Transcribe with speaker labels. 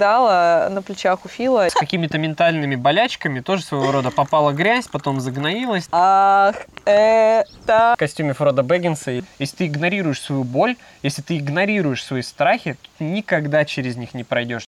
Speaker 1: рыдала на плечах у Фила.
Speaker 2: С какими-то ментальными болячками тоже своего рода попала грязь, потом загноилась.
Speaker 1: Ах, это...
Speaker 2: В костюме Фрода Бэггинса. Если ты игнорируешь свою боль, если ты игнорируешь свои страхи, то ты никогда через них не пройдешь.